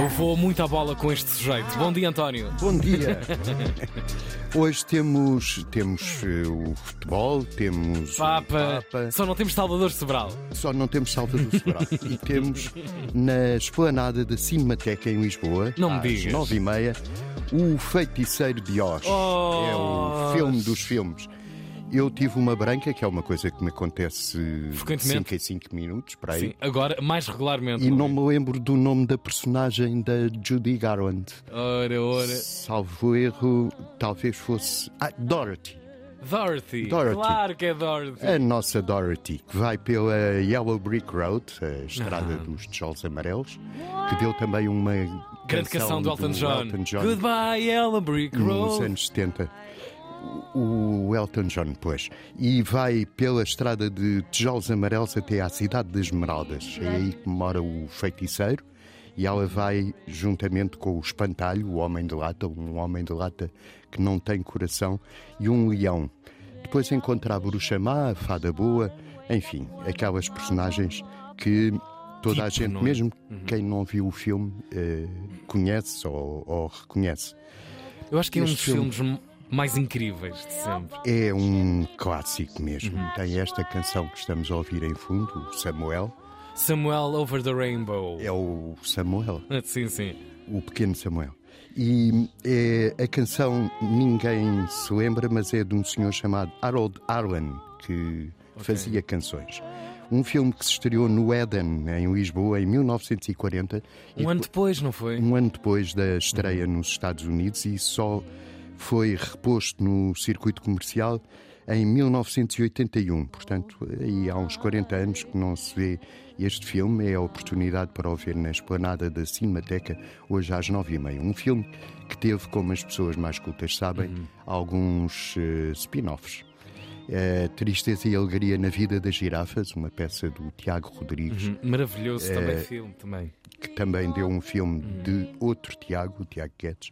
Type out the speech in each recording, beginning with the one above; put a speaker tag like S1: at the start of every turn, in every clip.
S1: Eu vou muito à bola com este sujeito. Bom dia, António.
S2: Bom dia. Hoje temos, temos eh, o futebol, temos o
S1: Papa.
S2: Papa,
S1: Só não temos Salvador Sobral.
S2: só não temos Salta do Sobral. e temos na esplanada da Cinemateca em Lisboa,
S1: Não me
S2: às
S1: digas.
S2: nove e meia, o Feiticeiro de Oz. É
S1: Oh.
S2: o filme dos filmes. Eu tive uma branca, que é uma coisa que me acontece
S1: Frequentemente.
S2: 5 em 5 minutos, para aí.
S1: Sim, agora mais regularmente.
S2: E não me lembro do nome da personagem da Judy Garland.
S1: Ora, ora.
S2: Salvo erro, talvez fosse. Ah, Dorothy.
S1: Dorothy.
S2: Dorothy.
S1: Claro que é Dorothy.
S2: A nossa Dorothy, que vai pela Yellow Brick Road, a estrada
S1: Ah.
S2: dos tijolos amarelos, que deu também uma
S1: Grande canção do Elton John.
S2: Elton John Hum,
S1: Goodbye, Yellow Brick
S2: nos
S1: Road.
S2: anos 70. O Elton John, pois. E vai pela estrada de tijolos amarelos até à cidade das Esmeraldas. É aí que mora o feiticeiro. E ela vai juntamente com o espantalho, o homem de lata, um homem de lata que não tem coração, e um leão. Depois encontra a bruxa má, a fada boa, enfim, aquelas personagens que toda a
S1: Tipo,
S2: gente,
S1: não é?
S2: mesmo quem não viu o filme, eh, conhece ou- ou reconhece.
S1: Eu acho que é um dos
S2: Este filme.
S1: filmes m- mais incríveis de sempre.
S2: É um clássico mesmo. Tem esta canção que estamos a ouvir em fundo, o Samuel.
S1: Samuel Over the Rainbow. Ah,
S2: É o Samuel,
S1: Sim, sim.
S2: o pequeno Samuel. E é, a canção ninguém se lembra, mas é de um senhor chamado Harold Arlen, que fazia canções. Um filme que se estreou no Éden, em Lisboa, em 1940. e
S1: Um ano depois, não foi?
S2: um ano depois da estreia nos Estados Unidos e só foi reposto no circuito comercial em 1981. Portanto, aí há uns 40 anos que não se vê este filme. É a oportunidade para o ver na esplanada da Cinemateca hoje às 9h30. Um filme que teve, como as pessoas mais cultas sabem, alguns eh, spin-offs. Eh, Tristeza e Alegria na Vida das Girafas, uma peça do Tiago Rodrigues,
S1: Hum,
S2: É.
S1: Maravilhoso também filme também.
S2: que também deu um filme de outro Tiago, o Tiago Guedes,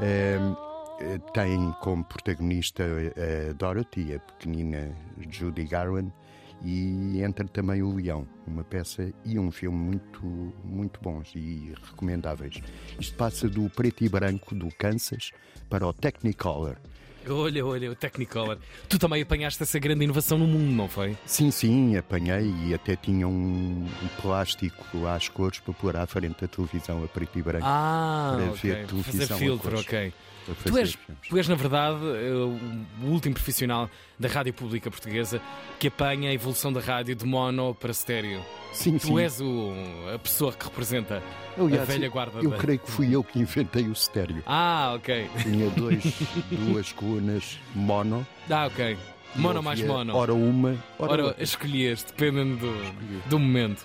S2: ehm, eh, tem como protagonista a Dorothy, a pequenina Judy Garland, e entra também o Leão, uma peça e um filme muito, muito bons e recomendáveis. Isto passa do preto e branco do Kansas para o Technicolor.
S1: Olha, olha, o Technicolor. Tu também apanhaste essa grande inovação no mundo, não foi?
S2: Sim, sim, apanhei e até tinha um, um plástico às cores para pôr à frente da televisão a preto e branco.
S1: Ah,
S2: Para
S1: ok.
S2: ver é televisão
S1: fazer
S2: a
S1: filtro,
S2: cores.
S1: ok.
S2: para
S1: Ah, Tu
S2: fazer
S1: és,
S2: filmes.
S1: tu és, na verdade, eh, o último profissional da rádio pública portuguesa que apanha a evolução da rádio de mono para estéreo.
S2: Sim,
S1: Tu
S2: sim.
S1: és o- a pessoa que representa a
S2: Aliás,
S1: velha guarda.
S2: assim, Eu
S1: da-
S2: creio que fui eu que inventei o estéreo.
S1: Ah, ok.
S2: Tinha dois, duas colunas mono.
S1: Ah, ok.
S2: e
S1: Mono
S2: eu
S1: mais
S2: via
S1: mono.
S2: Ora uma, ora,
S1: Ora,
S2: outra.
S1: escolhias, dependendo do, do momento.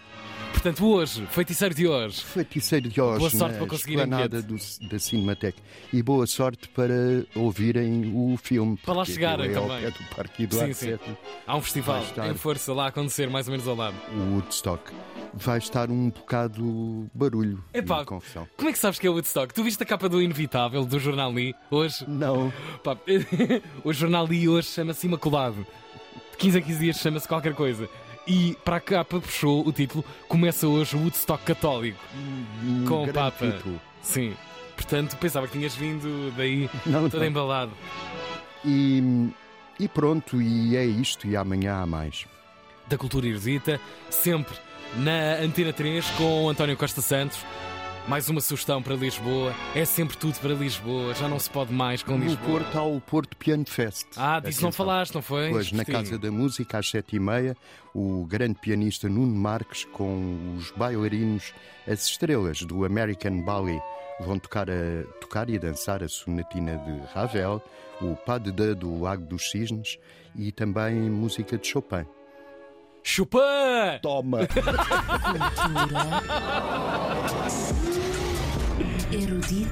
S1: Portanto, hoje, feiticeiro de hoje.
S2: Feiticeiro de Oz
S1: Boa sorte
S2: na
S1: para conseguirem
S2: esplanada do- da Cinemateca. E boa sorte para ouvirem o filme.
S1: Para lá
S2: porque
S1: chegarem
S2: é ao
S1: também.
S2: pé do Parque Eduardo
S1: Sim, sim.
S2: VII,
S1: Há um festival
S2: Vai estar.
S1: em força lá a acontecer, mais ou menos ao lado.
S2: o Woodstock. Vai estar um bocado barulho
S1: Epá.
S2: e confusão.
S1: Como é que sabes que é o Woodstock? Tu viste a capa do Inevitável, do jornal Li, hoje?
S2: Não,
S1: Pá, o jornal Li hoje chama-se Imaculado. De 15 a 15 dias chama-se qualquer coisa. E para a capa puxou o título Começa hoje o Woodstock Católico.
S2: um
S1: Com o
S2: grande
S1: Papa.
S2: título.
S1: Sim. Portanto, pensava que tinhas vindo daí
S2: Não,
S1: todo
S2: não.
S1: embalado.
S2: E, e pronto, e é isto. E amanhã há mais.
S1: da Cultura Erudita, sempre na Antena 3 com o António Costa Santos. Mais uma sugestão para Lisboa. É sempre tudo para Lisboa. Já não se pode mais com
S2: No
S1: Lisboa.
S2: Porto É há o Porto Piano Fest.
S1: Ah, disso não
S2: Atenção.
S1: falaste, não foi?
S2: Hoje, na
S1: Cristina?
S2: Casa da Música, às sete e meia, o grande pianista Nuno Marques com os bailarinos, as estrelas do American Ballet, vão tocar, a, tocar e dançar a sonatina de Ravel, o Pas de Deux do Lago dos Cisnes e também música de Chopin.
S1: Chupã!
S2: Toma!
S3: Erudita.